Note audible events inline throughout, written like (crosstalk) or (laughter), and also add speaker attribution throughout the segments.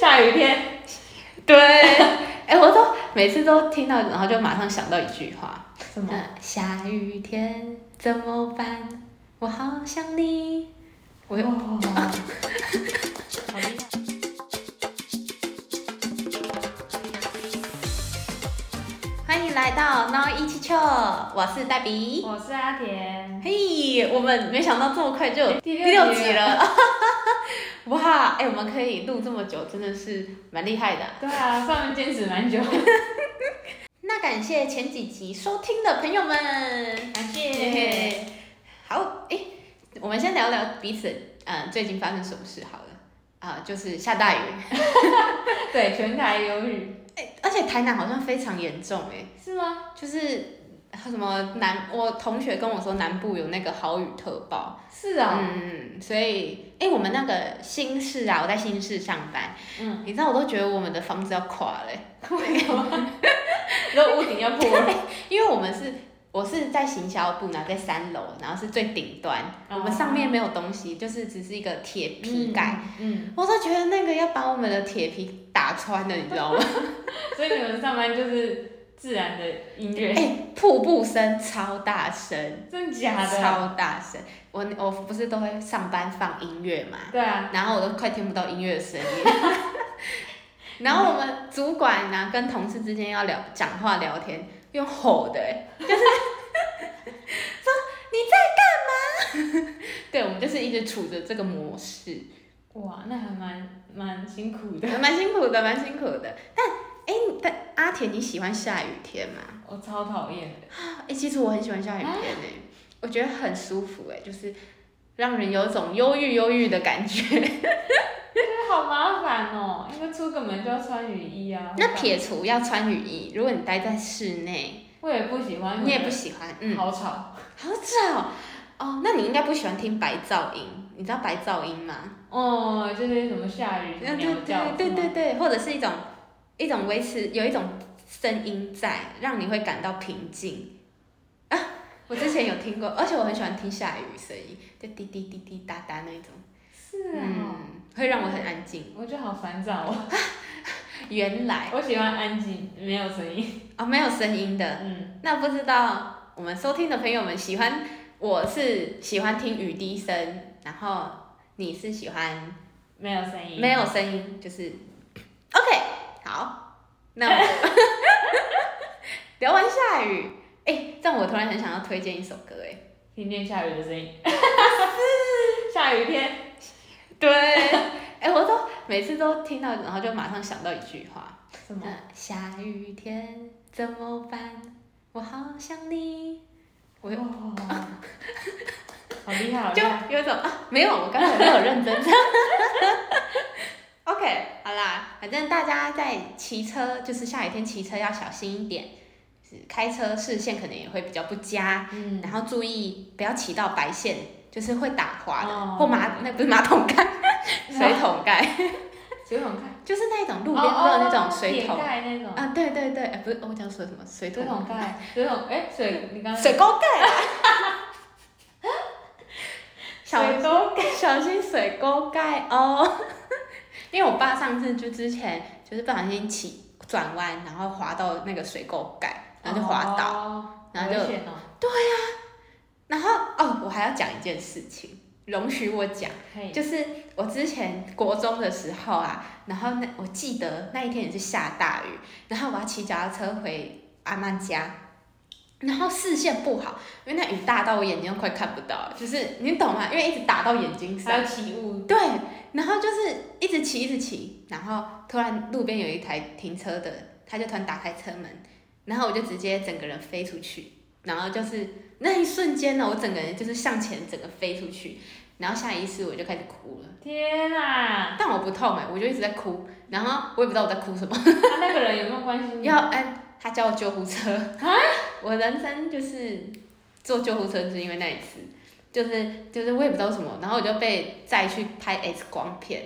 Speaker 1: 下雨天，
Speaker 2: 对， (laughs) 哎、我都每次都听到，然后就马上想到一句话，
Speaker 1: 什么？
Speaker 2: 嗯，下雨天怎么办？我好想你。我又
Speaker 1: 哇，好厉害！
Speaker 2: 欢迎来到 Now 一七秋，我是黛比。
Speaker 1: 我是阿田，
Speaker 2: 嘿，我们没想到这么快就有
Speaker 1: 第
Speaker 2: 第六
Speaker 1: 集
Speaker 2: 集。了， (laughs) 哇，哎、我们可以录这么久，真的是蛮厉害的啊、
Speaker 1: 对啊，上面坚持蛮久，
Speaker 2: 那感谢前几集收听的朋友们，
Speaker 1: 感
Speaker 2: 谢。好，诶，我们先聊聊彼此，呃，最近发生什么事好了。啊、就是下大雨，
Speaker 1: 对，全台有雨，
Speaker 2: 诶而且台南好像非常严重诶，
Speaker 1: 是吗？
Speaker 2: 就是呃什么南，我同学跟我说南部有那个豪雨特报，
Speaker 1: 是啊，
Speaker 2: 嗯，所以，哎、我们那个新市啊，我在新市上班，
Speaker 1: 嗯，
Speaker 2: 你知道我都觉得我们的房子要垮了欸、
Speaker 1: 为什么？那屋顶要破了，
Speaker 2: 因为我们是我是在行销部，然后在三楼，然后是最顶端，
Speaker 1: 哦
Speaker 2: 我们上面没有东西，就是只是一个铁皮盖，
Speaker 1: 嗯，
Speaker 2: 我都觉得那个要把我们的铁皮打穿了，你知道
Speaker 1: (laughs)
Speaker 2: 吗？
Speaker 1: 嗯，所以你们上班就是自然的音
Speaker 2: 哎、
Speaker 1: 乐，
Speaker 2: 瀑布声超大声，
Speaker 1: 真的假的？
Speaker 2: 超大声，我我不是都会上班放音乐嘛，
Speaker 1: 对啊，
Speaker 2: 然后我都快听不到音乐的声音。
Speaker 1: (laughs)
Speaker 2: 然后我们主管呢、跟同事之间要聊讲话聊天，用吼的、欸， (laughs) 就是说你在干嘛？ (laughs) 对，我们就是一直处着这个模式，
Speaker 1: 哇，那还蛮蛮辛苦的。
Speaker 2: 蛮辛苦的，蛮辛苦的。但哎、你但阿田，你喜欢下雨天吗？
Speaker 1: 我超讨厌的，
Speaker 2: 哎、其实我很喜欢下雨天诶、我觉得很舒服诶、就是让人有种忧郁忧郁的感觉。
Speaker 1: 这好麻烦哦，因为出个门就要穿雨衣啊。
Speaker 2: 那撇除要穿雨衣，如果你待在室内，
Speaker 1: 我也不喜欢，
Speaker 2: 你也不喜欢，嗯，
Speaker 1: 好吵。
Speaker 2: 好吵哦。那你应该不喜欢听白噪音，你知道白噪音吗？
Speaker 1: 哦，就是什么下雨什么
Speaker 2: 嗯
Speaker 1: 鸟叫，
Speaker 2: 对对
Speaker 1: 是吗
Speaker 2: 对对，或者是一种一种维持有一种声音在，让你会感到平静啊。我之前有听过，而且我很喜欢听下雨声音，就滴滴滴滴答答那一种，
Speaker 1: 是啊，
Speaker 2: 嗯，会让我很安静。
Speaker 1: 我觉得好烦躁哦。
Speaker 2: 原来
Speaker 1: 我喜欢安静，没有声音。
Speaker 2: 哦，没有声音的，
Speaker 1: 嗯，
Speaker 2: 那不知道我们收听的朋友们喜欢，我是喜欢听雨滴声，然后你是喜欢
Speaker 1: 没有声音。
Speaker 2: 没有声音，就是 OK 好。那 (laughs) 我聊完下雨，哎、但我突然很想要推荐一首歌、哎，
Speaker 1: 听见下雨的
Speaker 2: (laughs)
Speaker 1: 声音。下雨天，
Speaker 2: 对， (laughs) 哎、我都每次都听到，然后就马上想到一句话，
Speaker 1: 什么？
Speaker 2: 嗯下雨天怎么办？我好想你。我又
Speaker 1: 哇，好厉害！好厉
Speaker 2: 就
Speaker 1: 害
Speaker 2: 有一种啊，没有，我刚才没有认真。OK，好啦，反正大家在骑车，就是下雨天骑车要小心一点，是开车视线可能也会比较不佳，
Speaker 1: 嗯，
Speaker 2: 然后注意不要骑到白线，就是会打滑的，
Speaker 1: 哦
Speaker 2: 或马那不是马桶 (laughs) 盖，水桶盖，
Speaker 1: 水桶盖，
Speaker 2: 就是那种路
Speaker 1: 路
Speaker 2: 边会有那种水桶、
Speaker 1: 盖那种。
Speaker 2: 啊，对对对，哎不是、哦我讲说什么水
Speaker 1: 水
Speaker 2: 桶
Speaker 1: 桶盖，水桶哎，水，你刚刚
Speaker 2: 水沟盖，啊 (laughs) 小
Speaker 1: 水沟
Speaker 2: 小心水沟盖哦。 (laughs) 因为我爸上次就之前就是不小心起转弯，然后滑到那个水沟盖，然后就滑倒，
Speaker 1: 倒
Speaker 2: 然后就
Speaker 1: 危险哦。
Speaker 2: 然后哦，我还要讲一件事情，容许我讲，
Speaker 1: 嘿，
Speaker 2: 就是我之前国中的时候啊，然后那我记得那一天也是下大雨，然后我要骑脚踏车回阿曼家。然后视线不好，因为那雨大到我眼睛都快看不到了，就是你懂吗？因为一直打到眼睛上
Speaker 1: 还，有起雾，
Speaker 2: 对，然后就是一直骑，一直骑，然后突然路边有一台停车的，他就突然打开车门，然后我就直接整个人飞出去，然后就是那一瞬间呢，我整个人就是向前整个飞出去，然后下意识我就开始哭了，
Speaker 1: 天啊！
Speaker 2: 但我不痛哎、我就一直在哭，然后我也不知道我在哭什么， (laughs)
Speaker 1: 他那个人有没有关心你？
Speaker 2: 要哎，他叫我救护车，我人生就是坐救护车就是因为那一次。就是就是我也不知道什么，然后我就被载去拍 X 光片，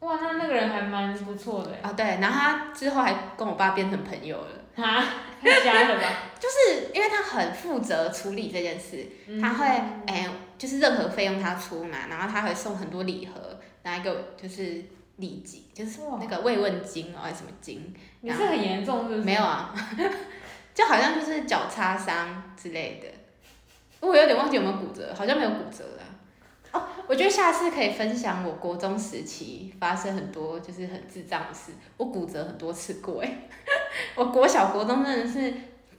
Speaker 1: 哇，那那个人还蛮不错的
Speaker 2: 啊、对，然后他之后还跟我爸变成朋友了，
Speaker 1: 欸，啊，太瞎了吧？
Speaker 2: 就是因为他很负责处理这件事，
Speaker 1: 嗯
Speaker 2: 他会哎、就是任何费用他出嘛，然后他会送很多礼盒，拿一个就是痢疾，就是
Speaker 1: 哇
Speaker 2: 那个慰问金哦，还是什么金？
Speaker 1: 你是很严重是不是？
Speaker 2: 没有啊， (laughs) 就好像就是脚擦伤之类的。我有点忘记有没有骨折，好像没有骨折啦。哦，我觉得下次可以分享我国中时期发生很多就是很智障的事。我骨折很多次过哎、 (laughs) 我国小国中真的是，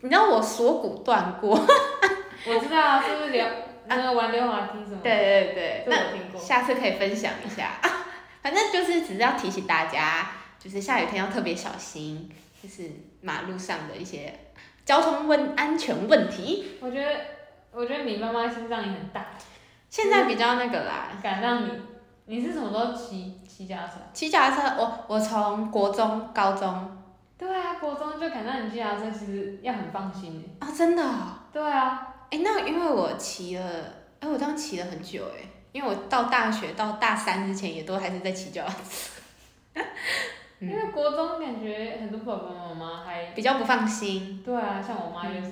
Speaker 2: 你知道我锁骨断过。
Speaker 1: 我知道啊，是不是溜那个玩溜滑梯什么？，
Speaker 2: 对对对
Speaker 1: 这我听过。
Speaker 2: 下次可以分享一下。啊、反正就是只是要提醒大家，就是下雨天要特别小心，就是马路上的一些交通问安全问题。
Speaker 1: 我觉得，我觉得你妈妈心脏也很大，
Speaker 2: 现在比较那个啦，
Speaker 1: 敢让你，你是什么时候骑骑脚踏车？
Speaker 2: 骑脚踏车，哦我我从国中、高中啊、
Speaker 1: 对啊，国中就敢让你骑脚踏车，其实要很放心耶。
Speaker 2: 真的、哦，
Speaker 1: 对啊，
Speaker 2: 哎，那因为我骑了，哎，我当时骑了很久，哎，因为我到大学到大三之前也都还是在骑脚踏车，嗯
Speaker 1: 因为国中感觉很多爸爸妈妈还，
Speaker 2: 比较不放心。
Speaker 1: 对啊，像我妈就是，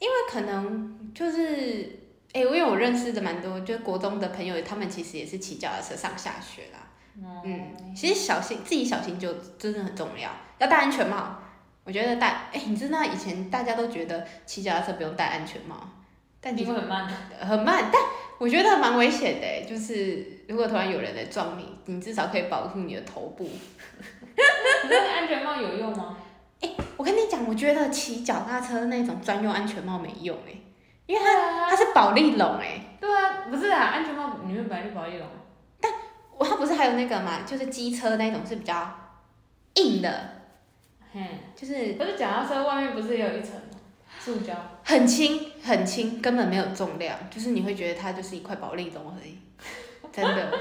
Speaker 2: 因为可能就是，哎、因为我认识的蛮多，就是国中的朋友，他们其实也是骑脚踏车上下学啦。
Speaker 1: 嗯，
Speaker 2: 嗯，其实小心自己小心就真的很重要，要戴安全帽。我觉得戴，哎、你知道以前大家都觉得骑脚踏车不用戴安全帽，但其
Speaker 1: 你
Speaker 2: 实
Speaker 1: 会很慢，
Speaker 2: 很慢，但我觉得蛮危险的、哎就是如果突然有人来撞你，你至少可以保护你的头部。
Speaker 1: 可是安全帽有用吗？
Speaker 2: 我跟你讲，我觉得骑脚踏车那种专用安全帽没用、哎，因为它
Speaker 1: 它
Speaker 2: 它是保利龙、哎。
Speaker 1: 对啊，不是啊，安全帽里面本来就保啊利龙，
Speaker 2: 我它不是还有那个嘛，就是机车那种是比较硬的，
Speaker 1: 嘿，
Speaker 2: 就是
Speaker 1: 可是脚踏车外面不是也有一层吗？塑胶，
Speaker 2: 很轻很轻，根本没有重量，就是你会觉得它就是一块保利龙而已，真
Speaker 1: (laughs)
Speaker 2: 的。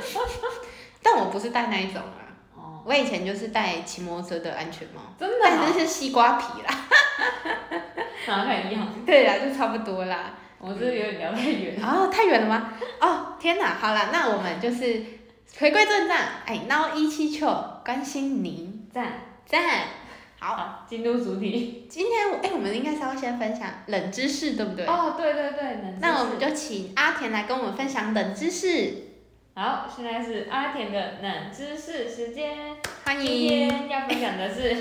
Speaker 2: 但我不是戴那一种啊，
Speaker 1: 哦，
Speaker 2: 我以前就是戴骑摩托车的安全帽，
Speaker 1: 真的
Speaker 2: 但
Speaker 1: 啊，
Speaker 2: 是是西瓜皮啦，
Speaker 1: 哪敢一样？
Speaker 2: 对啦，就差不多啦。
Speaker 1: 我这有点聊太远。
Speaker 2: 哦，太远了吗？哦，天哪，好啦，那我们就是回归正传，哎，闹一七九，关心您，
Speaker 1: 赞，
Speaker 2: 赞。好，
Speaker 1: 好，进入主题。
Speaker 2: 今天我哎、我们应该是要先分享冷知识，对不对？
Speaker 1: 哦，对对对，冷知识
Speaker 2: 那我们就请阿田来跟我们分享冷知识，
Speaker 1: 好，现在是阿田的冷知识时间。
Speaker 2: 欢
Speaker 1: 今
Speaker 2: 迎。
Speaker 1: 天要分享的是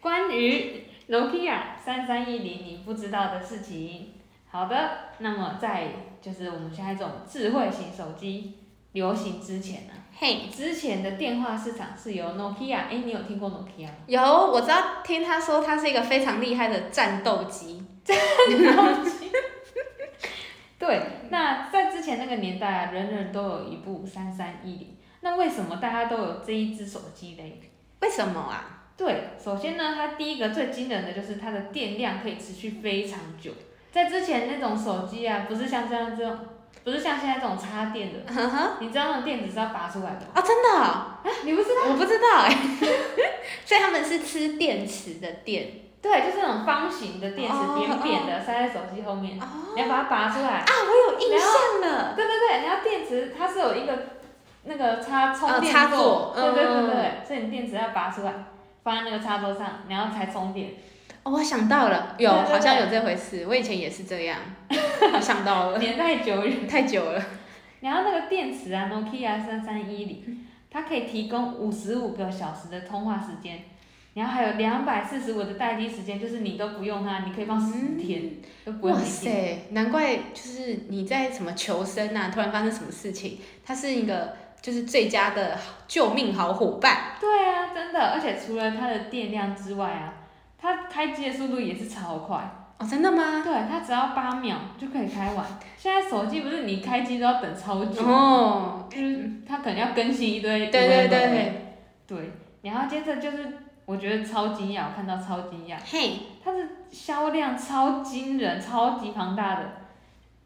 Speaker 1: 关于 Nokia 三三一零你不知道的事情。好的，那么在就是我们现在这种智慧型手机流行之前呢、
Speaker 2: 嘿
Speaker 1: 之前的电话市场是由 Nokia，哎，你有听过 Nokia 吗？
Speaker 2: 有我知道，听他说他是一个非常厉害的战斗机，
Speaker 1: 对，那在之前那个年代啊，人人都有一部三三一零。那为什么大家都有这一只手机嘞？
Speaker 2: 为什么啊？
Speaker 1: 对，首先呢，它第一个最惊人的就是它的电量可以持续非常久。在之前那种手机啊，不是像这样这种，不是像现在这种插电的，
Speaker 2: 呵呵，
Speaker 1: 你知道那种电子是要拔出来的吗？
Speaker 2: 哦，真的哦、
Speaker 1: 啊，你不知道？
Speaker 2: 我不知道哎、 (laughs) 所以他们是吃电池的电
Speaker 1: 对，就是那种方形的电池
Speaker 2: 哦，
Speaker 1: 扁扁的，塞在手机后面，
Speaker 2: 哦
Speaker 1: 你要把它拔出来
Speaker 2: 啊。，我有印象了，
Speaker 1: 对对对，然后电池它是有一个那个插充
Speaker 2: 呃
Speaker 1: 电
Speaker 2: 插座
Speaker 1: 座，对对对
Speaker 2: 嗯
Speaker 1: 对，所以你电池要拔出来，放在那个插座上，然后才充电。
Speaker 2: 哦，我想到了，有
Speaker 1: 对对对
Speaker 2: 好像有这回事，我以前也是这样，我想到
Speaker 1: (laughs)
Speaker 2: 了，
Speaker 1: 年代久远。
Speaker 2: 太久了，
Speaker 1: 然后那个电池啊，Nokia 三三一零，它可以提供五十五个小时的通话时间，然后还有两百四十五的待机时间，就是你都不用它，你可以放十天、都不用
Speaker 2: 嗯哇
Speaker 1: 没电。
Speaker 2: 塞，难怪就是你在什么求生啊，突然发生什么事情，它是一个就是最佳的救命好伙伴。
Speaker 1: 对啊，真的，而且除了它的电量之外啊，它开机的速度也是超快，
Speaker 2: 哦，真的吗？
Speaker 1: 对，它只要八秒就可以开完。现在手机不是你开机都要等超久，
Speaker 2: 哦，
Speaker 1: 就是它可能要更新一堆。
Speaker 2: 对对
Speaker 1: 有的没的
Speaker 2: 对，
Speaker 1: 对，然后接着就是我觉得超惊讶，我看到超惊讶。
Speaker 2: 嘿，
Speaker 1: 它的销量超惊人、超级庞大的。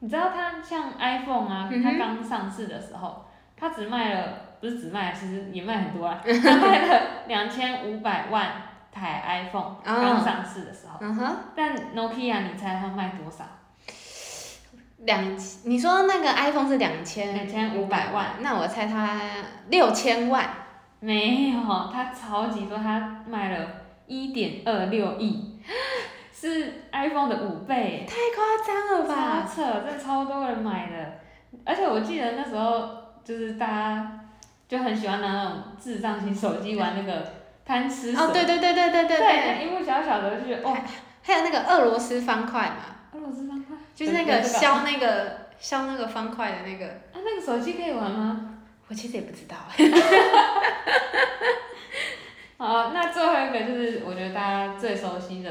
Speaker 1: 你知道它像 iPhone 啊，
Speaker 2: 嗯哼
Speaker 1: 它刚上市的时候，它只卖了，不是只卖了，其实也卖很多
Speaker 2: (laughs)
Speaker 1: 啊，它卖了两千五百万台 iPhone
Speaker 2: 啊
Speaker 1: 刚上市的时候，
Speaker 2: 嗯哼，
Speaker 1: 但 Nokia 你猜它卖多少？
Speaker 2: 两，你说那个 iPhone 是两千
Speaker 1: 2500万，
Speaker 2: 那我猜它六千万，
Speaker 1: 没有，它超级多，它卖了一点二六亿， (gasps) 是 iPhone 的五倍。
Speaker 2: 太夸张了吧？
Speaker 1: 超扯，这超多人买的，而且我记得那时候就是大家就很喜欢拿那种智障型手机玩那个贪吃蛇。
Speaker 2: 哦，对对对对对哎对对，
Speaker 1: 对，荧幕小小的就是哦，
Speaker 2: 还有那个俄罗斯方块嘛，
Speaker 1: 俄罗斯方块，
Speaker 2: 就是那
Speaker 1: 对
Speaker 2: 个
Speaker 1: 对对
Speaker 2: 削那个削那个方块的那个，
Speaker 1: 啊，那个手机可以玩吗？
Speaker 2: 我其实也不知道。
Speaker 1: 好，那最后一个就是我觉得大家最熟悉的，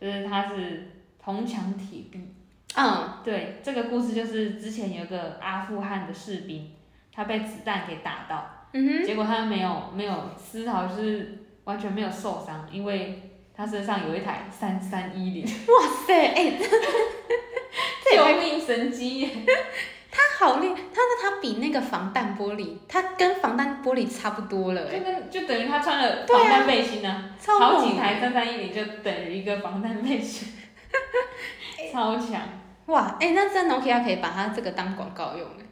Speaker 1: 就是它是铜墙铁壁。
Speaker 2: 嗯，
Speaker 1: 对，这个故事就是之前有个阿富汗的士兵，他被子弹给打到，
Speaker 2: 嗯
Speaker 1: 结果他没有没有丝毫就是完全没有受伤，因为他身上有一台三三一零
Speaker 2: 哼，哇塞，哎、 (laughs) 这也太
Speaker 1: 救命神机，
Speaker 2: 他好厉，他那他比那个防弹玻璃，他跟防弹玻璃差不多了、
Speaker 1: 就
Speaker 2: 哎，
Speaker 1: 跟就等于他穿了
Speaker 2: 对啊
Speaker 1: 防弹背心啊，
Speaker 2: 超
Speaker 1: 好
Speaker 2: 猛欸
Speaker 1: 几台
Speaker 2: 的，
Speaker 1: 三三一零就等于一个防弹
Speaker 2: (laughs)
Speaker 1: 背心，超强，
Speaker 2: 哇，哎、那这 Nokia 可以把它这个当广告用、哎，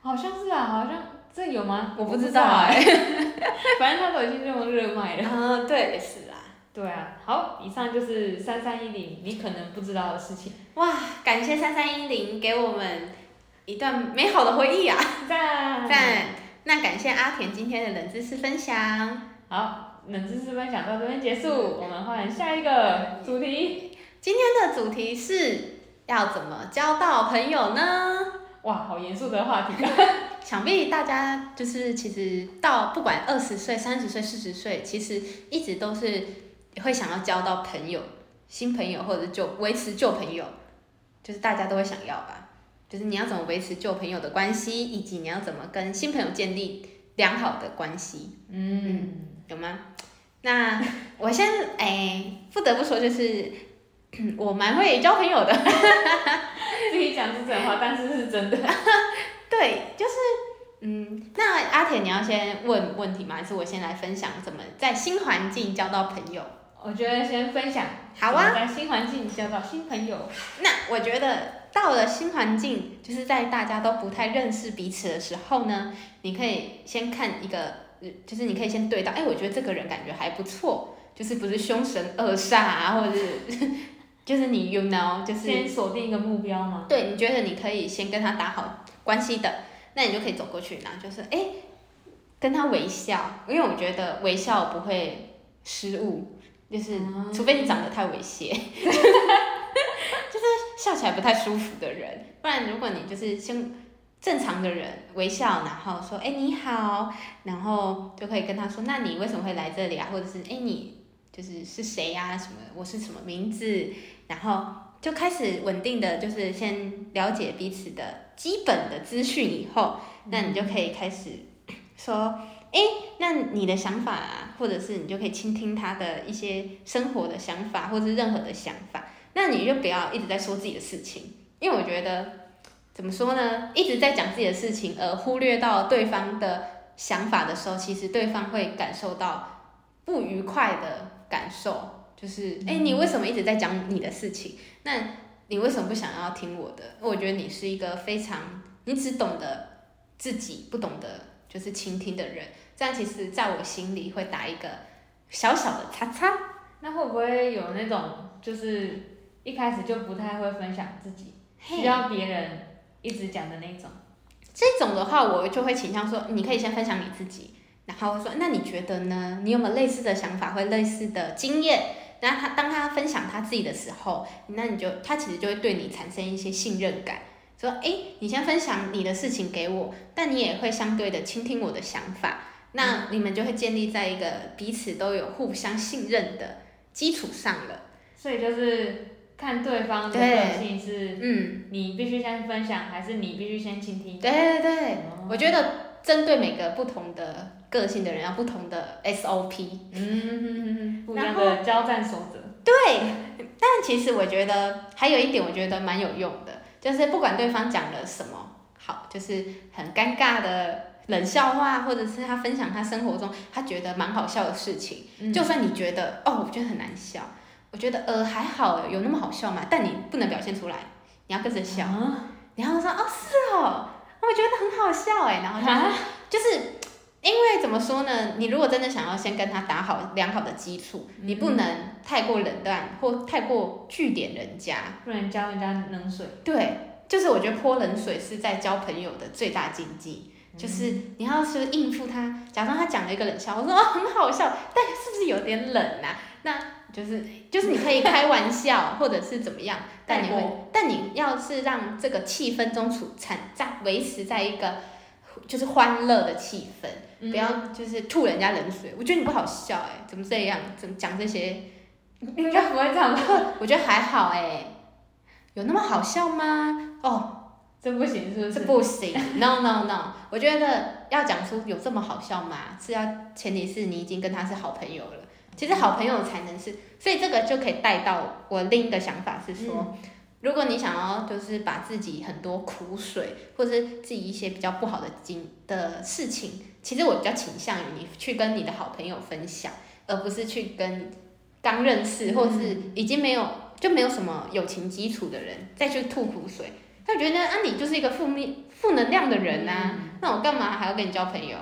Speaker 1: 好像是啊，好像这有吗？
Speaker 2: 我
Speaker 1: 我
Speaker 2: 不知
Speaker 1: 知
Speaker 2: 道
Speaker 1: 啊
Speaker 2: 哎、
Speaker 1: (laughs) 反正他都已经这么热卖了。
Speaker 2: 嗯，对，是啦，
Speaker 1: 对啊，好，以上就是三三一零你可能不知道的事情，
Speaker 2: 哇，感谢三三一零给我们一段美好的回忆啊！
Speaker 1: 赞
Speaker 2: 赞，那感谢阿田今天的冷知识分享。
Speaker 1: 好，冷知识分享到这边结束，我们换下一个主题。
Speaker 2: 今天的主题是要怎么交到朋友呢？
Speaker 1: 哇，好严肃的话题啊！
Speaker 2: 想必大家就是其实到不管二十岁、三十岁、四十岁，其实一直都是会想要交到朋友、新朋友或者旧维持旧朋友，就是大家都会想要吧。就是你要怎么维持旧朋友的关系，以及你要怎么跟新朋友建立良好的关系。
Speaker 1: 嗯，
Speaker 2: 有吗？那我先哎、不得不说就是， (clears throat) 我蛮会交朋友的。
Speaker 1: 自己讲是真话，但是是真的。
Speaker 2: 对，就是嗯，那阿铁，你要先问问题吗？还是我先来分享怎么在新环境交到朋友？
Speaker 1: 我觉得先分享，
Speaker 2: 好啊，，
Speaker 1: 在新环境交到新朋友。
Speaker 2: 那我觉得到了新环境，就是在大家都不太认识彼此的时候呢，你可以先看一个，呃就是你可以先对到，哎、我觉得这个人感觉还不错，就是不是凶神恶煞啊，或者是 (laughs) 就是你 you know 就是
Speaker 1: 先锁定一个目标嘛。
Speaker 2: 对，你觉得你可以先跟他打好关系的，那你就可以走过去，然后就是哎、诶跟他微笑，因为我觉得微笑不会失误，就是、
Speaker 1: 嗯
Speaker 2: 除非你长得太猥亵， (laughs) 就是笑起来不太舒服的人，不然如果你就是先正常的人微笑，然后说哎、诶你好，然后就可以跟他说，那你为什么会来这里啊？或者是哎、诶你就是是谁呀、什么我是什么名字？然后就开始稳定的就是先了解彼此的基本的资讯以后，那你就可以开始说，哎、那你的想法啊，或者是你就可以倾听他的一些生活的想法，或者是任何的想法。那你就不要一直在说自己的事情，因为我觉得怎么说呢，一直在讲自己的事情，而忽略到对方的想法的时候，其实对方会感受到不愉快的感受，就是哎、诶你为什么一直在讲你的事情？那你为什么不想要听我的？我觉得你是一个非常你只懂得自己，不懂得就是倾听的人，这样其实在我心里会打一个小小的叉叉。
Speaker 1: 嗯那会不会有那种就是一开始就不太会分享自己，
Speaker 2: 嘿
Speaker 1: 需要别人一直讲的那种？
Speaker 2: 这种的话，我就会倾向说，你可以先分享你自己，然后说，那你觉得呢？你有没有类似的想法或类似的经验？那他当他分享他自己的时候，那你就他其实就会对你产生一些信任感，说，诶，你先分享你的事情给我，但你也会相对的倾听我的想法，那你们就会建立在一个彼此都有互相信任的基础上了。
Speaker 1: 所以就是看对方的
Speaker 2: 对
Speaker 1: 个性是
Speaker 2: 嗯，
Speaker 1: 你必须先分享，还是你必须先倾听？
Speaker 2: 对对对，
Speaker 1: 哦
Speaker 2: 我觉得针对每个不同的个性的人，要不同的 SOP。
Speaker 1: 嗯，不一
Speaker 2: 然
Speaker 1: 样
Speaker 2: 后
Speaker 1: 的交战守则。
Speaker 2: 对，但其实我觉得还有一点，我觉得蛮有用的，就是不管对方讲了什么，好，就是很尴尬的冷笑话，或者是他分享他生活中他觉得蛮好笑的事情，
Speaker 1: 嗯
Speaker 2: 就算你觉得哦，我觉得很难笑，我觉得呃还好，有那么好笑吗？但你不能表现出来，你要跟着笑，
Speaker 1: 啊
Speaker 2: 然后说哦是哦，我觉得很好笑哎，然后他
Speaker 1: 啊
Speaker 2: 就是因为怎么说呢？你如果真的想要先跟他打好良好的基础，
Speaker 1: 嗯
Speaker 2: 你不能太过冷淡或太过据点人家。
Speaker 1: 不能浇人家冷水。
Speaker 2: 嗯对，就是我觉得泼冷水是在交朋友的最大禁忌。
Speaker 1: 嗯
Speaker 2: 就是你要是应付他，假装他讲了一个冷笑，我说哦很好笑，但是不是有点冷啊？那就是就是你可以开玩笑或者是怎么样，但你
Speaker 1: 带
Speaker 2: 会但你要是让这个气氛中处产在维持在一个就是欢乐的气氛，
Speaker 1: 嗯
Speaker 2: 不要就是吐人家冷水。我觉得你不好笑哎、怎么这样？怎么讲这些？ (laughs)
Speaker 1: 嗯应该不会这样吧？
Speaker 2: 我觉得还好哎、有那么好笑吗？哦，
Speaker 1: 这不行，是不
Speaker 2: 这
Speaker 1: 是？
Speaker 2: 不行，no no no，我觉得要讲出有这么好笑吗？是要前提是你已经跟他是好朋友了。其实好朋友才能是，所以这个就可以带到我另一个想法是说，
Speaker 1: 嗯
Speaker 2: 如果你想要就是把自己很多苦水或者是自己一些比较不好的经的事情，其实我比较倾向于你去跟你的好朋友分享，而不是去跟刚认识或是
Speaker 1: 嗯
Speaker 2: 已经没有就没有什么友情基础的人再去吐苦水。他觉得啊，你就是一个负面负能量的人呐、啊，那我干嘛还要跟你交朋友？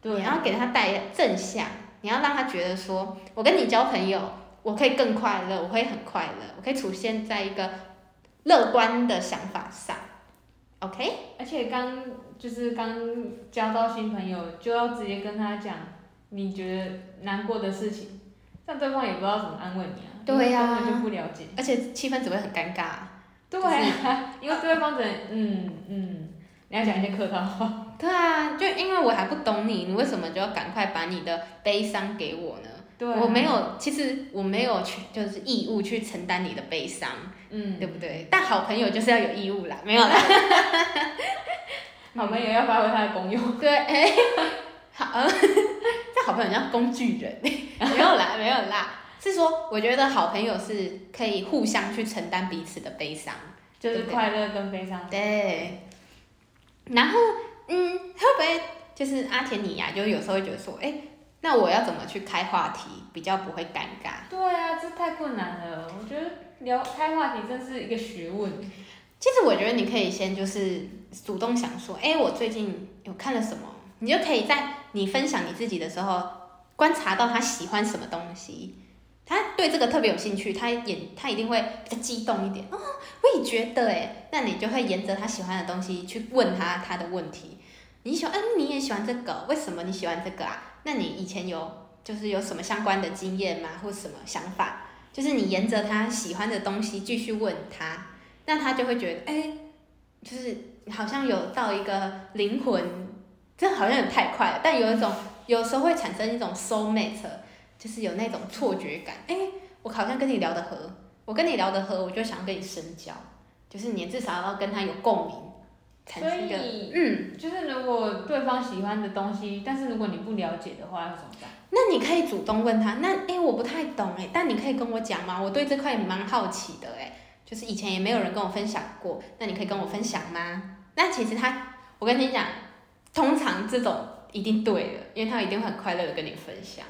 Speaker 1: 对
Speaker 2: 你要给他带正向，你要让他觉得说，我跟你交朋友，我可以更快乐，我会很快乐，我可以出现在一个乐观的想法上。OK，
Speaker 1: 而且刚就是刚交到新朋友，就要直接跟他讲你觉得难过的事情，但对方也不知道怎么安慰你啊。
Speaker 2: 对呀
Speaker 1: 因为根本就不了解。
Speaker 2: 而且气氛只会很尴尬啊。
Speaker 1: 对啊，因为对方只能嗯嗯，你要讲一些客套话。
Speaker 2: 对啊，就因为我还不懂你，你为什么就要赶快把你的悲伤给我呢？
Speaker 1: (laughs) 对啊，
Speaker 2: 我没有，其实我没有去，就是义务去承担你的悲伤，
Speaker 1: 嗯，
Speaker 2: 对不对？但好朋友就是要有义务啦，没有啦。
Speaker 1: 好朋友要发挥他的功用。
Speaker 2: 对，哎、 (laughs) 好，呃 (laughs) 这好朋友叫工具人， (laughs) 没有啦，没有啦，是说我觉得好朋友是可以互相去承担彼此的悲伤，
Speaker 1: 就
Speaker 2: 对
Speaker 1: 是快乐跟悲伤。
Speaker 2: 对。然后，嗯，会不会就是阿田你呀、就有时候会觉得说，哎、那我要怎么去开话题，比较不会尴尬？
Speaker 1: 对啊，这太困难了。我觉得聊开话题真是一个学问。
Speaker 2: 其实我觉得你可以先就是主动想说，哎、我最近有看了什么，你就可以在你分享你自己的时候，观察到他喜欢什么东西，他对这个特别有兴趣，他也他一定会比较激动一点哦，我也觉得哎，那你就会沿着他喜欢的东西去问他他的问题，你喜欢，嗯，你也喜欢这个，为什么你喜欢这个啊？那你以前有就是有什么相关的经验吗，或什么想法？就是你沿着他喜欢的东西继续问他，那他就会觉得，哎、就是好像有到一个灵魂，这好像也太快了，但有一种有时候会产生一种 soul mate，就是有那种错觉感，哎、我好像跟你聊得合，我跟你聊得合，我就想跟你深交，就是你至少要跟他有共鸣，产
Speaker 1: 所
Speaker 2: 生一个
Speaker 1: 以， (laughs)
Speaker 2: 嗯。
Speaker 1: 就是如果对方喜欢的东西，但是如果你不了解的话，要怎么办？
Speaker 2: 那你可以主动问他，那哎、诶我不太懂哎、但你可以跟我讲吗？我对这块也蛮好奇的哎、就是以前也没有人跟我分享过，那你可以跟我分享吗？那其实他，我跟你讲，通常这种一定对的，因为他一定会很快乐的跟你分享。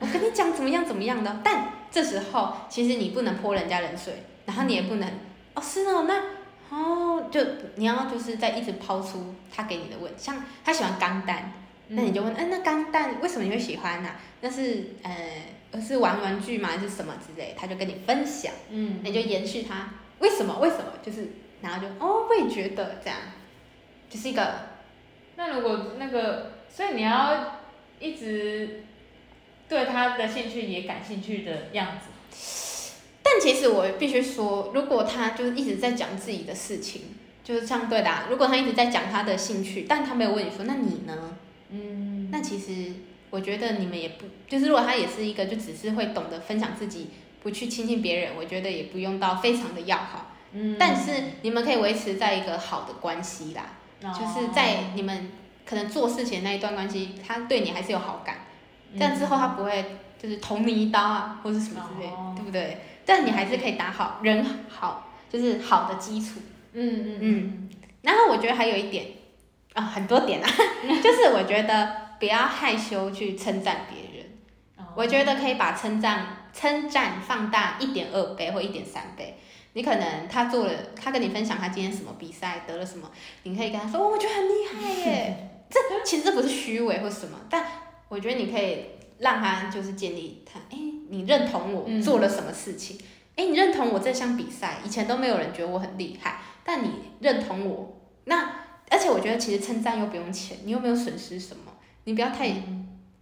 Speaker 2: 我跟你讲怎么样怎么样的，哦但这时候其实你不能泼人家冷水，然后你也不能哦是哦那哦就你要就是在一直抛出他给你的问，像他喜欢钢弹。那
Speaker 1: 嗯
Speaker 2: 你就问，哎、那钢弹为什么你会喜欢呢、那是呃，是玩玩具吗？还是什么之类？他就跟你分享，
Speaker 1: 嗯，
Speaker 2: 那你就延续他为什么为什么，就是然后就哦，我也觉得这样，就是一个
Speaker 1: 嗯那如果那个，所以你要一直对他的兴趣也感兴趣的样子。
Speaker 2: 但其实我必须说，如果他就是一直在讲自己的事情，就是这样对的、啊。如果他一直在讲他的兴趣，但他没有问你说，那你呢？
Speaker 1: 嗯，
Speaker 2: 那其实我觉得你们也不，就是如果他也是一个就只是会懂得分享自己，不去亲近别人，我觉得也不用到非常的要好。
Speaker 1: 嗯
Speaker 2: 但是你们可以维持在一个好的关系啦，
Speaker 1: 哦
Speaker 2: 就是在你们可能做事情的那一段关系，他对你还是有好感，
Speaker 1: 嗯
Speaker 2: 但之后他不会就是捅你一刀啊，或是什么之类，
Speaker 1: 哦
Speaker 2: 对不对？但你还是可以打好人好，就是好的基础。
Speaker 1: 嗯嗯嗯
Speaker 2: 嗯然后我觉得还有一点啊、很多点啊， (laughs) 就是我觉得不要害羞去称赞别人，
Speaker 1: 嗯，
Speaker 2: 我觉得可以把称赞称赞放大一点二倍或一点三倍。你可能他做了，他跟你分享他今天什么比赛得了什么，你可以跟他说，哦、我觉得很厉害耶。这其实这不是虚伪或什么，但我觉得你可以让他就是建立他，哎、你认同我
Speaker 1: 嗯
Speaker 2: 做了什么事情，哎、你认同我这项比赛，以前都没有人觉得我很厉害，但你认同我，那而且我觉得其实称赞又不用钱，你又没有损失什么，你不要太，你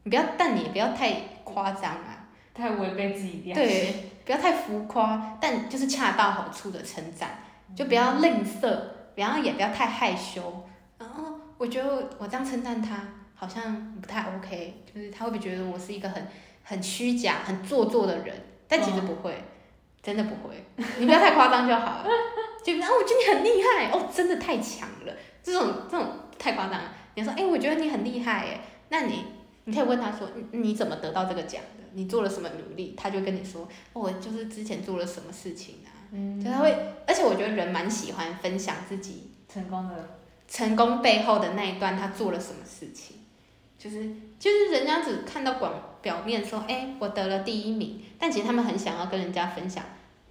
Speaker 2: 不要，但你也不要太夸张啊，
Speaker 1: 太违背自己良心。
Speaker 2: 对，不要太浮夸，但就是恰到好处的称赞，就不要吝啬，然后也不要太害羞。然后我觉得我这样称赞他好像不太 OK，就是他会不会觉得我是一个很很虚假、很做作的人？但其实不会，真的不会， (laughs) 你不要太夸张就好了。就啊，我觉得你很厉害哦，真的太强了，这种这种太夸张了。你要说，哎、我觉得你很厉害哎，那你你可以问他说，嗯你你怎么得到这个奖的？你做了什么努力？他就跟你说，哦，我就是之前做了什么事情啊，
Speaker 1: 嗯
Speaker 2: 就他会，而且我觉得人蛮喜欢分享自己
Speaker 1: 成功的，
Speaker 2: 成功背后的那一段他做了什么事情，就是就是人家只看到广表面说，哎、我得了第一名，但其实他们很想要跟人家分享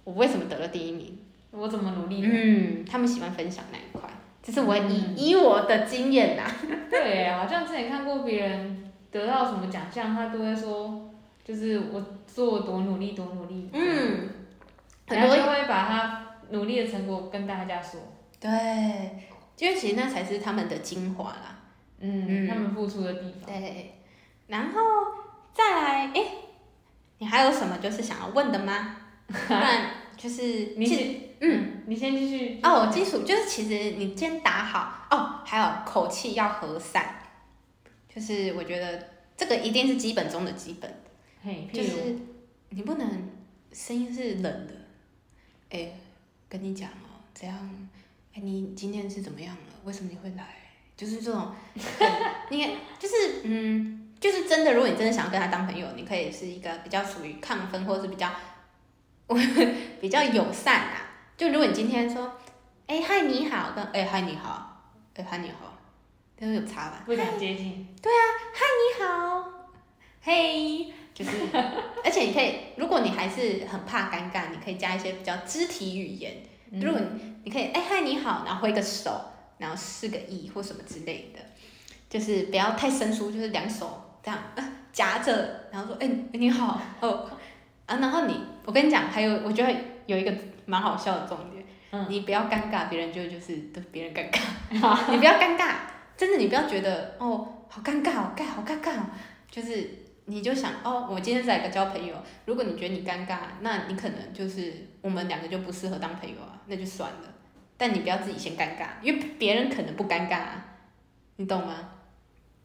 Speaker 2: 我为什么得了第一名。
Speaker 1: 我怎么努力的？
Speaker 2: 嗯，他们喜欢分享那一块，这是
Speaker 1: 嗯
Speaker 2: 我以、以我的经验呐、
Speaker 1: 对，啊好像之前看过别人得到什么奖项，他都会说，就是我做多努力，多努力。，
Speaker 2: 嗯，很
Speaker 1: 然后
Speaker 2: 多
Speaker 1: 就会把他努力的成果跟大家说。
Speaker 2: 对，因为其实那才是他们的精华啦。
Speaker 1: 嗯，
Speaker 2: 嗯
Speaker 1: 他们付出的地方。
Speaker 2: 对，然后再来，哎、你还有什么就是想要问的
Speaker 1: (laughs)
Speaker 2: 吗？不然就是
Speaker 1: 你
Speaker 2: 其
Speaker 1: 先，
Speaker 2: 嗯。
Speaker 1: 你先继续。
Speaker 2: 哦，基础就是其实你先打好哦，还有口气要和善，就是我觉得这个一定是基本中的基本，
Speaker 1: 嘿，
Speaker 2: 就
Speaker 1: 譬如，
Speaker 2: 是你不能声音是冷的，哎、跟你讲哦，怎样？哎、你今天是怎么样了？为什么你会来？就是这种很，你也就是嗯，就是真的，如果你真的想要跟他当朋友，你可以是一个比较属于亢奋，或者是比较 (laughs) 比较友善啊。就如果你今天说，哎、嗨你好，跟哎、嗨你好，哎、嗨你好，都有差 (laughs) 吧？
Speaker 1: 不想接近。
Speaker 2: 你好，嘿， (laughs) 就是，而且你可以，如果你还是很怕尴尬，你可以加一些比较肢体语言。
Speaker 1: 嗯
Speaker 2: 如果你你可以，哎、嗨，你好，然后挥个手，然后示个意或什么之类的，就是不要太生疏，就是两手这样 (laughs) 呃夹着，然后说，哎、你好，哦，啊，然后你，我跟你讲，还有，我觉得有一个蛮好笑的重点，
Speaker 1: 嗯
Speaker 2: 你不要尴尬，别人就就是对别人
Speaker 1: (laughs)
Speaker 2: 尴尬，你不要尴尬，真的，你不要觉得哦，好尴尬哦，尬好尴尬哦，就是你就想哦，我今天是来个交朋友。如果你觉得你尴尬，那你可能就是我们两个就不适合当朋友啊，那就算了。但你不要自己先尴尬，因为别人可能不尴尬、啊，你懂吗？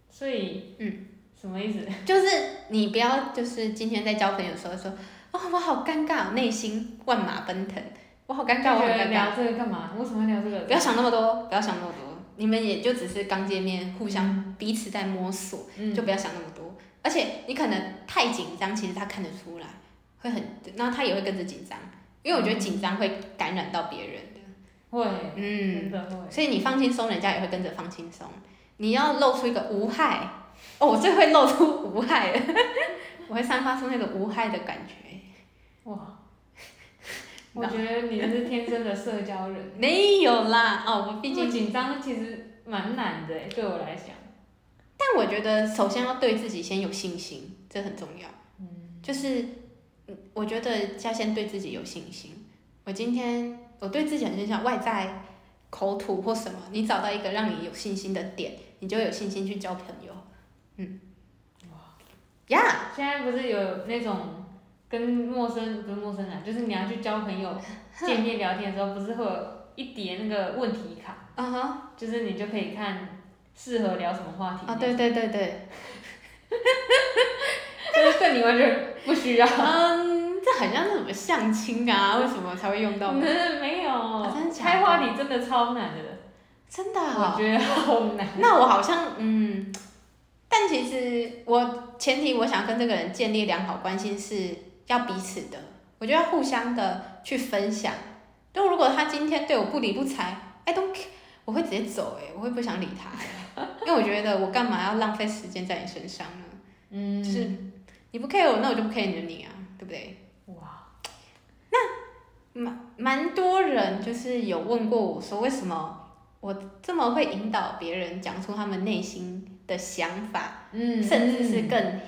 Speaker 1: 所以，嗯，什么
Speaker 2: (laughs)
Speaker 1: 意思？
Speaker 2: 就是你不要就是今天在交朋友的时候说，哦，我好尴尬哦，内心万马奔腾，我好尴尬，我好
Speaker 1: 就觉得
Speaker 2: 尴尬。
Speaker 1: 聊这个干嘛？为什么要聊这个？
Speaker 2: 不要想那么多，不要想那么多，你们也就只是刚见面，互相彼此在摸索。
Speaker 1: 嗯，
Speaker 2: 就不要想那么多。而且你可能太紧张，其实他看得出来，会很，然后他也会跟着紧张，因为我觉得紧张会感染到别人的。
Speaker 1: 会，真
Speaker 2: 嗯，
Speaker 1: 的会。
Speaker 2: 所以你放轻松，人家也会跟着放轻松。你要露出一个无害，哦，我最会露出无害了， (laughs) 我会散发出那个无害的感觉。 (laughs)
Speaker 1: 哇，我觉得你是天生的社交人。
Speaker 2: 没有啦，哦，我 (laughs) 毕
Speaker 1: 毕
Speaker 2: 竟
Speaker 1: 竟紧张其实蛮难的欸，对我来讲。
Speaker 2: 但我觉得首先要对自己先有信心，这很重要。
Speaker 1: 嗯，
Speaker 2: 就是嗯我觉得要先对自己有信心。我今天我对自己很信心，外在口吐或什么，你找到一个让你有信心的点，你就有信心去交朋友。嗯，哇呀
Speaker 1: 现在不是有那种跟陌生不是陌生人啊，就是你要去交朋
Speaker 2: (laughs)
Speaker 1: 友、见面聊天的时候，不是会有一叠那个问题卡，
Speaker 2: 啊哈
Speaker 1: 就是你就可以看适合聊什么话题。
Speaker 2: 啊，对，对对对，
Speaker 1: 就是对你完全不
Speaker 2: (laughs)
Speaker 1: 需要。
Speaker 2: 嗯，这很像是什么相亲啊，为什么才会用到？
Speaker 1: (laughs) 嗯，没有
Speaker 2: 啊真的，假的
Speaker 1: 开话题真的超难的，
Speaker 2: 真的、
Speaker 1: 我
Speaker 2: 啊，
Speaker 1: 觉得好难。
Speaker 2: 那我好像嗯，但其实我前提我想跟这个人建立良好关系是要彼此的，我觉得要互相的去分享。就如果他今天对我不理不睬，I don't care，我会直接走哎、我会不想理他、欸，因为我觉得我干嘛要浪费时间在你身上呢？
Speaker 1: 嗯，
Speaker 2: 就是你不 care 我，那我就不 care 你的你啊，对不对？
Speaker 1: 哇，
Speaker 2: 蛮多人就是有问过我说，为什么我这么会引导别人讲出他们内心的想法？
Speaker 1: 嗯，
Speaker 2: 甚至是更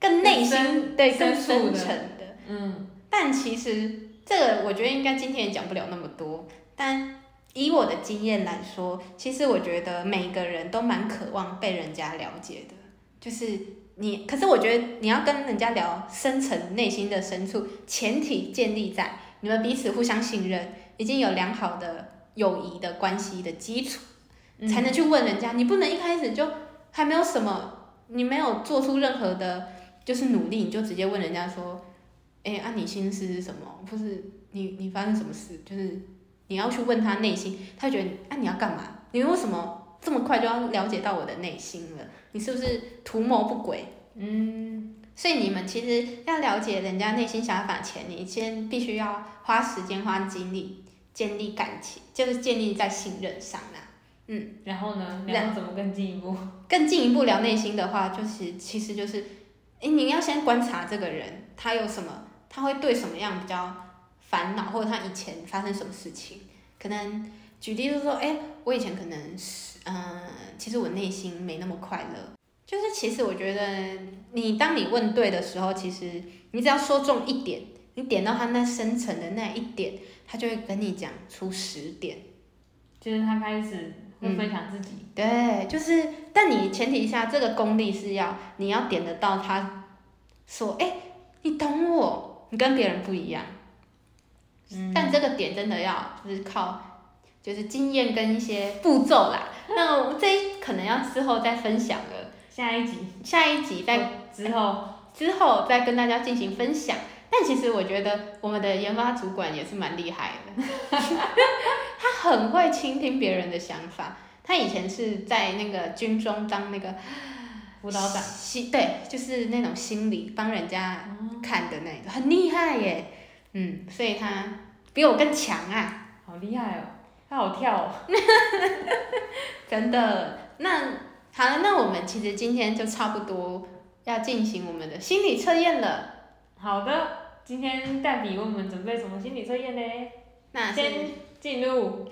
Speaker 2: 更内心对更
Speaker 1: 深处
Speaker 2: 深
Speaker 1: 的
Speaker 2: 层的。
Speaker 1: 嗯，
Speaker 2: 但其实这个我觉得应该今天也讲不了那么多，但以我的经验来说，其实我觉得每个人都蛮渴望被人家了解的，就是你。可是我觉得你要跟人家聊深层内心的深处，前提建立在你们彼此互相信任，已经有良好的友谊的关系的基础，
Speaker 1: 嗯
Speaker 2: 才能去问人家。你不能一开始就还没有什么，你没有做出任何的，就是努力，你就直接问人家说：“哎、啊，你心思是什么？不是你你发生什么事？就是你要去问他内心，他觉得啊你要干嘛？你为什么这么快就要了解到我的内心了？你是不是图谋不轨？
Speaker 1: 嗯，
Speaker 2: 所以你们其实要了解人家内心想法前，你先必须要花时间、花精力建立感情，就是建立在信任上啦、
Speaker 1: 嗯然后
Speaker 2: 嗯
Speaker 1: 呢？然后怎么更进一步？
Speaker 2: 更进一步聊内心的话，就是其实就是，诶，你要先观察这个人，他有什么，他会对什么样比较烦恼，或者他以前发生什么事情。可能举例就是说，诶，我以前可能是，嗯、其实我内心没那么快乐。就是其实我觉得你，当你问对的时候，其实你只要说中一点，你点到他那深层的那一点，他就会跟你讲出十点。
Speaker 1: 就是他开始会分享自己。
Speaker 2: 对，就是，但你前提下，这个功力是要你要点得到他说，哎、你懂我，你跟别人不一样。
Speaker 1: 嗯
Speaker 2: 但这个点真的要就是靠就是经验跟一些步骤啦。那我这一可能要之后再分享了，
Speaker 1: 下一集
Speaker 2: 下一集再
Speaker 1: 之后，
Speaker 2: 之后再跟大家进行分享。但其实我觉得我们的研发主管也是蛮厉害的， (laughs) 他很会倾听别人的想法。他以前是在那个军中当那个 (sighs)
Speaker 1: 辅导长
Speaker 2: 心对，就是那种心理帮人家
Speaker 1: 啊
Speaker 2: 看的那种，很厉害耶。嗯，所以他比我更强啊，
Speaker 1: 好厉害哦，他好跳哦。
Speaker 2: 真的。那好了，那我们其实今天就差不多要进行我们的心理测验了。
Speaker 1: 好的，今天黛比为我们准备什么心理测验呢？
Speaker 2: 那是
Speaker 1: 先进入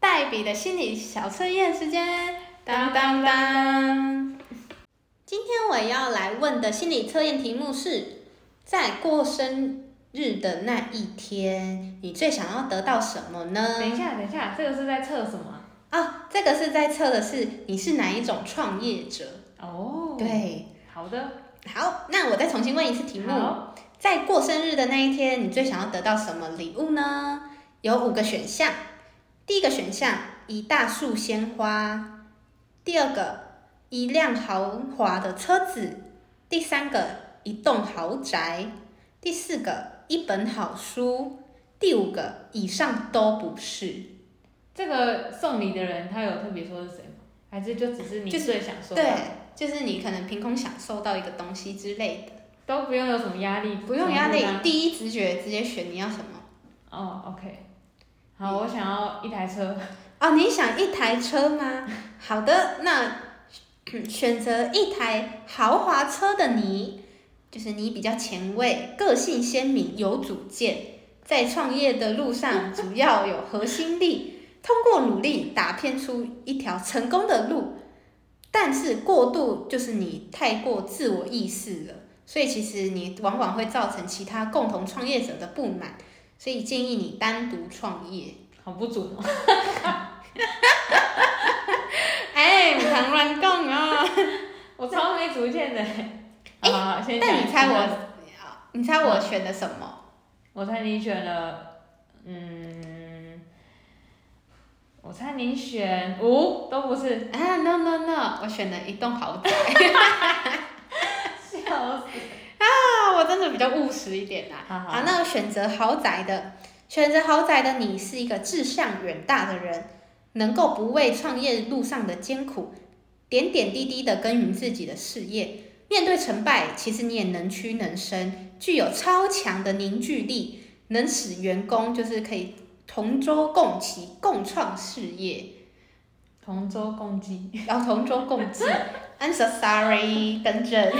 Speaker 2: 黛比的心理小测验时间，当当当！今天我要来问的心理测验题目是：在过生日的那一天，你最想要得到什么呢？
Speaker 1: 等一下，等一下，这个是在测什么啊？
Speaker 2: 哦，这个是在测的是你是哪一种创业者。
Speaker 1: 哦，，
Speaker 2: 对，
Speaker 1: 好的，
Speaker 2: 好，那我再重新问一次题目。
Speaker 1: 好，
Speaker 2: 在过生日的那一天，你最想要得到什么礼物呢？有五个选项。第一个选项一大束鲜花，第二个一辆豪华的车子，第三个一栋豪宅，第四个一本好书，第五个以上都不是。
Speaker 1: 这个送你的人他有特别说是谁吗？还是就只是你
Speaker 2: 就是
Speaker 1: 最想说？
Speaker 2: 对，，就是你可能凭空享受到一个东西之类的，
Speaker 1: 都不用有什么压力，
Speaker 2: 不用压力啊
Speaker 1: 什么负担，
Speaker 2: 第一直觉直接选你要什么。
Speaker 1: 哦，OK，好，我想要一台车，
Speaker 2: 哦，你想一台车吗？好的，那嗯选择一台豪华车的你，就是你比较前卫、个性鲜明、有主见，在创业的路上主要有核心力，通过努力打拼出一条成功的路。但是过度就是你太过自我意识了，所以其实你往往会造成其他共同创业者的不满，所以建议你单独创业。
Speaker 1: 好不准哦。
Speaker 2: 哎，不能乱讲啊！
Speaker 1: 我超没主
Speaker 2: (laughs)
Speaker 1: 见的。
Speaker 2: 哎
Speaker 1: 啊，先讲
Speaker 2: 但你猜
Speaker 1: 一下，
Speaker 2: 我，你猜我选的什么？
Speaker 1: 我猜你选了，嗯，我猜你选五、都
Speaker 2: (laughs)
Speaker 1: 不是，
Speaker 2: 啊，no no no，我选了一栋豪宅
Speaker 1: 笑死。
Speaker 2: 啊！我真的比较务实一点啦。
Speaker 1: 好好
Speaker 2: 啊，那我选择豪宅的，选择豪宅的你是一个志向远大的人，能够不畏创业路上的艰苦，点点滴滴的耕耘自己的事业。面对成败，其实你也能屈能伸，具有超强的凝聚力，能使员工就是可以同舟共济，共创事业。
Speaker 1: 同舟共济，
Speaker 2: (laughs) 要同舟共济。I'm so sorry，更正。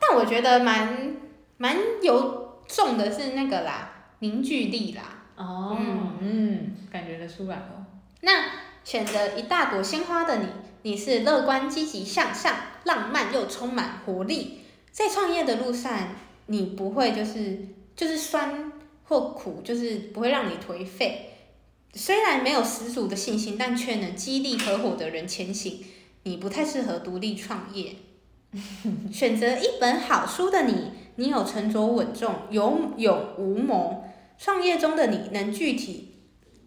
Speaker 2: 但我觉得蛮蛮有重的是那个啦，凝聚力啦。
Speaker 1: 哦，
Speaker 2: 嗯
Speaker 1: 嗯感觉得出来哦。
Speaker 2: 那选择一大朵鲜花的你，你是乐观、积极向上、浪漫又充满活力。在创业的路上，你不会就是就是酸或苦，就是不会让你颓废。虽然没有十足的信心，但却能激励合伙的人前行。你不太适合独立创业， (laughs) 选择一本好书的你，你有沉着稳重、有勇无谋。创业中的你能具体，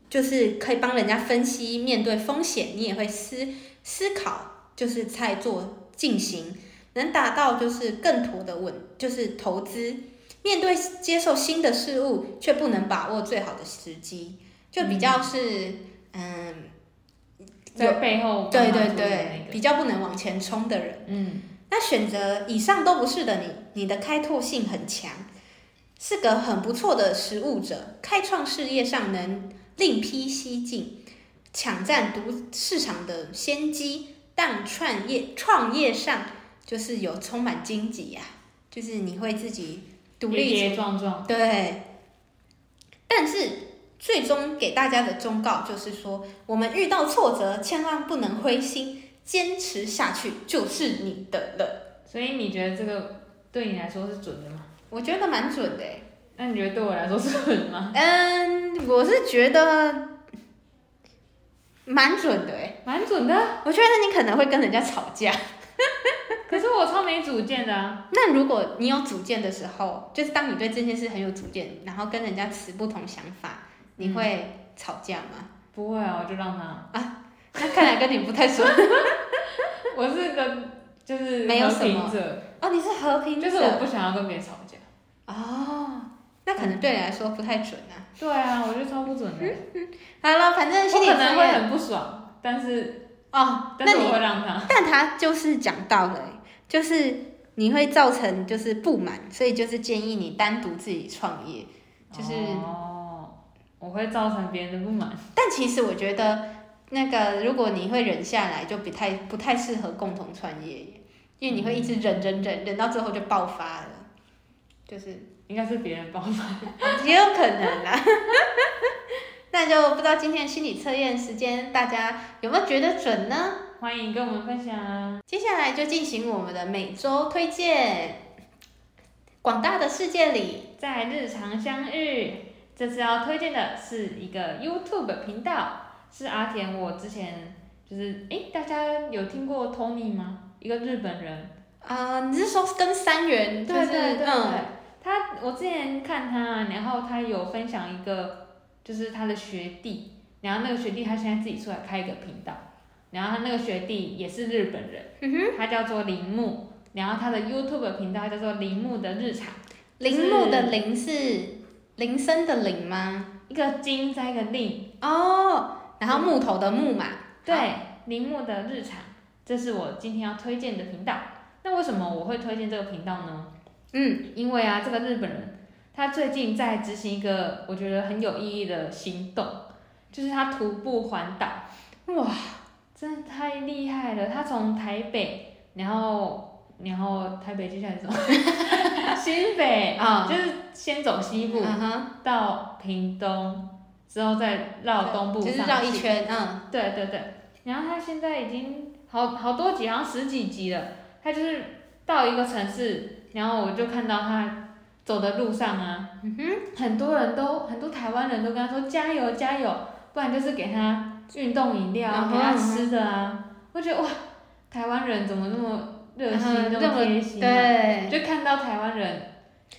Speaker 2: 就是可以帮人家分析面对风险，你也会思思考，就是在做进行，能达到就是更妥的稳，就是投资。面对接受新的事物，却不能把握最好的时机，就比较是嗯
Speaker 1: 在背后
Speaker 2: 对
Speaker 1: 帮
Speaker 2: 对
Speaker 1: 忙做的
Speaker 2: 对，
Speaker 1: 那个
Speaker 2: 比较不能往前冲的人。
Speaker 1: 嗯，
Speaker 2: 那选择以上都不是的你，你的开拓性很强，是个很不错的实务者，开创事业上能另辟蹊径，抢占独市场的先机。但创业创业上就是有充满荆棘呀、就是你会自己独立
Speaker 1: 跌跌撞撞，
Speaker 2: 对，但是最终给大家的忠告就是说，我们遇到挫折，千万不能灰心，坚持下去就是你的了。
Speaker 1: 所以你觉得这个对你来说是准的吗？
Speaker 2: 我觉得蛮准的欸、
Speaker 1: 那你觉得对我来说是准吗？ (laughs)
Speaker 2: 嗯，我是觉得蛮准的、欸、
Speaker 1: 蛮准的，
Speaker 2: 我觉得你可能会跟人家吵架，
Speaker 1: 可是我超没主见的啊。
Speaker 2: 那如果你有主见的时候，就是当你对这件事很有主见，然后跟人家持不同想法，你会吵架吗？
Speaker 1: 不会啊，我就让他，
Speaker 2: 那看来跟你不太熟
Speaker 1: (laughs) 我是个就是
Speaker 2: 没有
Speaker 1: 和
Speaker 2: 什么
Speaker 1: 平者，
Speaker 2: 哦，你是和平
Speaker 1: 就是我不想要跟别人吵架。
Speaker 2: 哦，那可能对你来说不太准啊。
Speaker 1: 对啊，我觉得超不准的，
Speaker 2: 好了，反正
Speaker 1: 我
Speaker 2: 心理
Speaker 1: 可
Speaker 2: 测
Speaker 1: 能会
Speaker 2: 验
Speaker 1: 很不爽，但是
Speaker 2: 哦，
Speaker 1: 但
Speaker 2: 那
Speaker 1: 是我
Speaker 2: 你
Speaker 1: 会让他。
Speaker 2: 但他就是讲到了欸、就是你会造成就是不满，所以就是建议你单独自己创业。就是
Speaker 1: 哦，我会造成别人的不满。
Speaker 2: 但其实我觉得那个如果你会忍下来，就不太不太适合共同创业耶，因为你会一直忍忍忍忍到最后就爆发了，就是
Speaker 1: 应该是别人帮忙。
Speaker 2: 也有可能啦。 (laughs) 那就不知道今天的心理测验时间，大家有没有觉得准呢？
Speaker 1: (laughs) 欢迎跟我们分享啊！
Speaker 2: 接下来就进行我们的每周推荐。广大的世界里，
Speaker 1: 在日常相遇，这次要推荐的是一个 YouTube 频道，是阿田。我之前就是诶，大家有听过 Tony 吗？一个日本人。
Speaker 2: 啊、你是说跟三元？就是、嗯，
Speaker 1: 他我之前看他，啊然后他有分享一个，就是他的学弟，然后那个学弟他现在自己出来开一个频道，然后他那个学弟也是日本人，
Speaker 2: 嗯哼，
Speaker 1: 他叫做铃木，然后他的 YouTube 频道叫做铃木的日常，
Speaker 2: 铃木的铃是铃声的铃吗？
Speaker 1: 一个金加一个令，
Speaker 2: 哦，然后木头的木嘛，好，
Speaker 1: 对，铃木的日常，这是我今天要推荐的频道。那为什么我会推荐这个频道呢？
Speaker 2: 嗯，
Speaker 1: 因为啊，这个日本人他最近在执行一个我觉得很有意义的行动，就是他徒步环岛，
Speaker 2: 哇，
Speaker 1: 真的太厉害了！他从台北，然后然后台北接下来是什
Speaker 2: (laughs)
Speaker 1: 么？新北，
Speaker 2: 啊、
Speaker 1: 就是先走西部
Speaker 2: 嗯哼，
Speaker 1: 到屏东，之后再绕东部
Speaker 2: 就是
Speaker 1: 上
Speaker 2: 绕一
Speaker 1: 去
Speaker 2: 圈，嗯，
Speaker 1: 对对对，然后他现在已经好好多集，好像十几集了。他就是到一个城市，然后我就看到他走的路上啊，很多人都很多台湾人都跟他说加油加油，不然就是给他运动饮料啊，
Speaker 2: 嗯哼
Speaker 1: 给他吃的啊。我觉得哇，台湾人怎么那么热心，
Speaker 2: 嗯
Speaker 1: 那
Speaker 2: 这
Speaker 1: 么
Speaker 2: 么
Speaker 1: 贴心、啊？
Speaker 2: 对，
Speaker 1: 就看到台湾人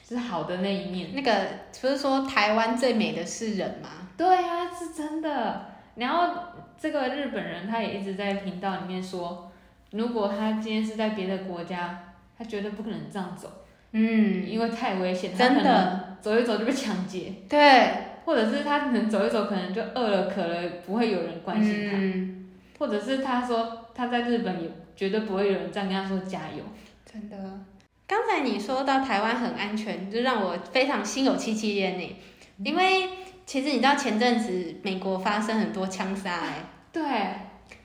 Speaker 1: 是好的那一面。
Speaker 2: 那个不是说台湾最美的是人吗？
Speaker 1: 对啊，是真的。然后这个日本人他也一直在频道里面说，如果他今天是在别的国家，他绝对不可能这样走，
Speaker 2: 嗯，
Speaker 1: 因为太危险，他
Speaker 2: 真
Speaker 1: 可能
Speaker 2: 的，
Speaker 1: 走一走就被抢劫，
Speaker 2: 对，
Speaker 1: 或者是他可能走一走可能就饿了渴了，不会有人关心他，
Speaker 2: 嗯，
Speaker 1: 或者是他说他在日本也绝对不会有人这样跟他说加油。
Speaker 2: 真的。刚才你说到台湾很安全，就让我非常心有戚戚焉呢，因为其实你知道前阵子美国发生很多枪杀、欸，
Speaker 1: 对，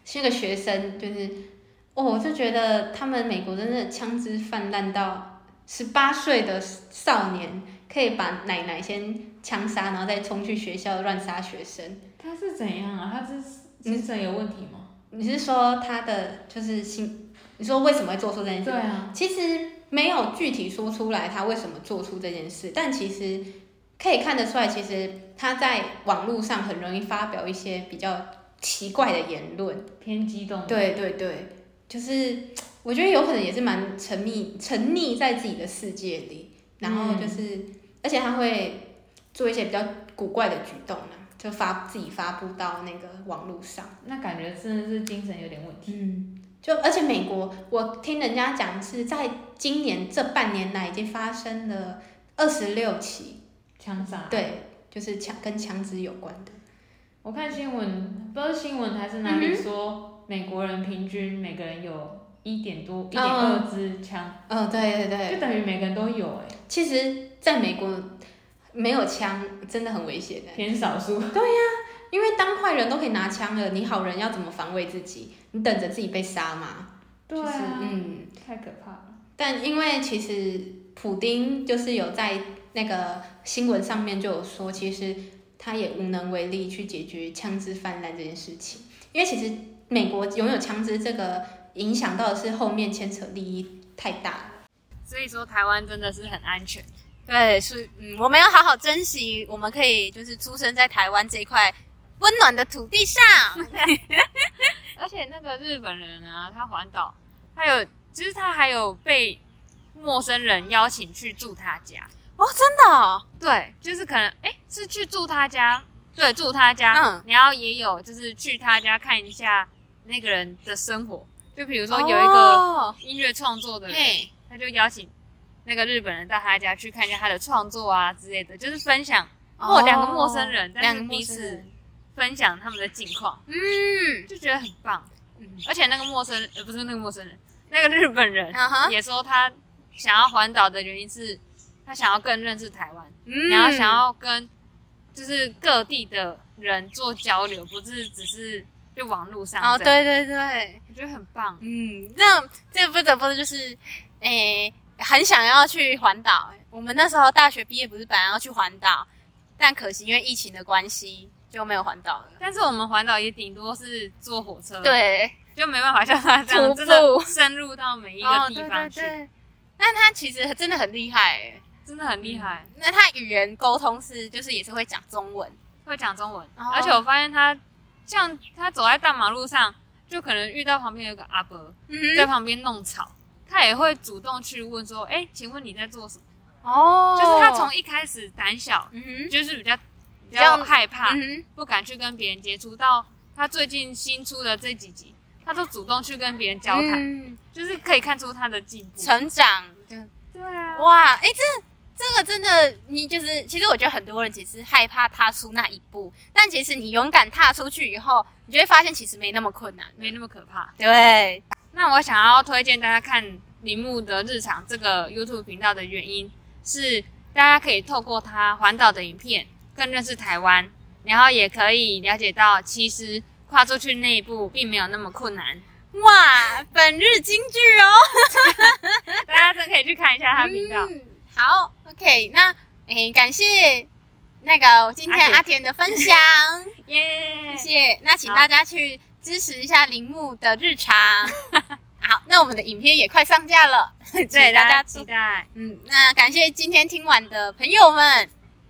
Speaker 2: 是个学生，就是哦，我就觉得他们美国真的枪支泛滥到十八岁的少年可以把奶奶先枪杀，然后再冲去学校乱杀学生。
Speaker 1: 他是怎样啊？他是精神有问题吗？
Speaker 2: 你是说他的就是心？你说为什么会做出这件事
Speaker 1: 对？啊，
Speaker 2: 其实没有具体说出来他为什么做出这件事，但其实可以看得出来，其实他在网络上很容易发表一些比较奇怪的言论。
Speaker 1: 偏激动，
Speaker 2: 对对对，就是我觉得有可能也是蛮沉迷沉溺在自己的世界里，然后就是，而且他会做一些比较古怪的举动呢、就发自己发布到那个网络上。
Speaker 1: 那感觉真的是精神有点问题。
Speaker 2: 嗯，就而且美国，我听人家讲是在今年这半年来已经发生了二十六起，
Speaker 1: 枪杀，
Speaker 2: 对，就是枪跟枪支有关的。
Speaker 1: 我看新闻，不知道是新闻还是哪里说，美国人平均每个人有一点多一点二支枪，
Speaker 2: 嗯、对对对，
Speaker 1: 就等于每个人都有哎、
Speaker 2: 其实在美国没有枪真的很危险的。
Speaker 1: 偏少数。
Speaker 2: 因为当坏人都可以拿枪了，你好人要怎么防卫自己？你等着自己被杀嘛。
Speaker 1: 对
Speaker 2: 就是
Speaker 1: 啊，
Speaker 2: 嗯，
Speaker 1: 太可怕了。
Speaker 2: 但因为其实普丁就是有在那个新闻上面就有说，其实他也无能为力去解决枪支泛滥这件事情，因为其实美国拥有枪支这个影响到的是后面牵扯利益太大了。
Speaker 3: 所以说台湾真的是很安全。对，是嗯，我们要好好珍惜，我们可以就是出生在台湾这一块温暖的土地上。
Speaker 1: (laughs) 而且那个日本人啊，他环岛，他有，就是他还有被陌生人邀请去住他家。
Speaker 3: 哦，真的、哦，
Speaker 1: 对，就是可能，哎、是去住他家，对，住他家，
Speaker 3: 嗯
Speaker 1: 然后也有就是去他家看一下那个人的生活，就比如哦说有一个
Speaker 3: 个
Speaker 1: 音乐创作的人，
Speaker 3: 哦嘿，
Speaker 1: 他就邀请那个日本人到他家去看一下他的创作啊之类的，就是分享哦两个陌生人但是
Speaker 3: 两个陌
Speaker 1: 彼
Speaker 3: 生
Speaker 1: 此
Speaker 3: 人，
Speaker 1: 分享他们的近况，
Speaker 3: 嗯，
Speaker 1: 就觉得很棒。
Speaker 3: 嗯
Speaker 1: 而且那个陌生人，呃，不是那个陌生人，那个日本人
Speaker 3: 啊哈，
Speaker 1: 也说他想要环岛的原因是，他想要更认识台湾。
Speaker 3: 嗯
Speaker 1: 然后想要跟就是各地的人做交流，不是只是就网络上
Speaker 3: 哦，
Speaker 1: 这样，
Speaker 3: 对对对，
Speaker 1: 我觉得很棒。
Speaker 3: 嗯，那这不得不说就是，诶、很想要去环岛、诶我们那时候大学毕业不是本来要去环岛，但可惜因为疫情的关系就没有环岛了。
Speaker 1: 但是我们环岛也顶多是坐火车，，
Speaker 3: 对，
Speaker 1: 就没办法像他这
Speaker 3: 徒
Speaker 1: 样
Speaker 3: 步
Speaker 1: 真的深入到每一
Speaker 3: 哦
Speaker 1: 个地方去，
Speaker 3: 对对对但他其实真的很厉害、诶
Speaker 1: 真的很厉害，
Speaker 3: 那他语言沟通是就是也是会讲中文，
Speaker 1: 会讲中文，
Speaker 3: 哦
Speaker 1: 而且我发现他像他走在大马路上，就可能遇到旁边有个阿伯在
Speaker 3: 嗯，
Speaker 1: 旁边弄草。他也会主动去问说：“哎、请问你在做什么？”
Speaker 3: 哦
Speaker 1: 就是他从一开始胆小，
Speaker 3: 嗯哼
Speaker 1: 就是比较比
Speaker 3: 较
Speaker 1: 较害怕，
Speaker 3: 嗯
Speaker 1: 不敢去跟别人接触。到他最近新出的这几集，他都主动去跟别人交
Speaker 3: 哼
Speaker 1: 谈，
Speaker 3: 嗯
Speaker 1: 就是可以看出他的进步。
Speaker 3: 成长，
Speaker 1: 对啊，
Speaker 3: 哇，哎、这这个真的，你就是，其实我觉得很多人只是害怕踏出那一步，但其实你勇敢踏出去以后，你就会发现其实没那么困难了。
Speaker 1: 没那么可怕。
Speaker 3: 对，
Speaker 1: 那我想要推荐大家看铃木的日常这个 YouTube 频道的原因是，大家可以透过他环岛的影片更认识台湾，然后也可以了解到其实跨出去那一步并没有那么困 (laughs) 难。
Speaker 3: 哇，本日金句哦。
Speaker 1: 大家真可以去看一下他的频道。
Speaker 3: 嗯、好，OK，那诶，感谢那个今天阿
Speaker 1: 阿
Speaker 3: 田的分 (laughs) 享，
Speaker 1: 耶、
Speaker 3: 谢谢。那请大家去支持一下铃木的日 (laughs) 常。好，那我们的影片也快上架了，
Speaker 1: 对
Speaker 3: 请大
Speaker 1: 大
Speaker 3: 家
Speaker 1: 家
Speaker 3: 注
Speaker 1: 期待。
Speaker 3: 嗯，那感谢今天听完的朋友们，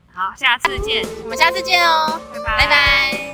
Speaker 1: 好，下次见，
Speaker 3: 我们下次见哦，
Speaker 1: 拜拜，
Speaker 3: 拜拜。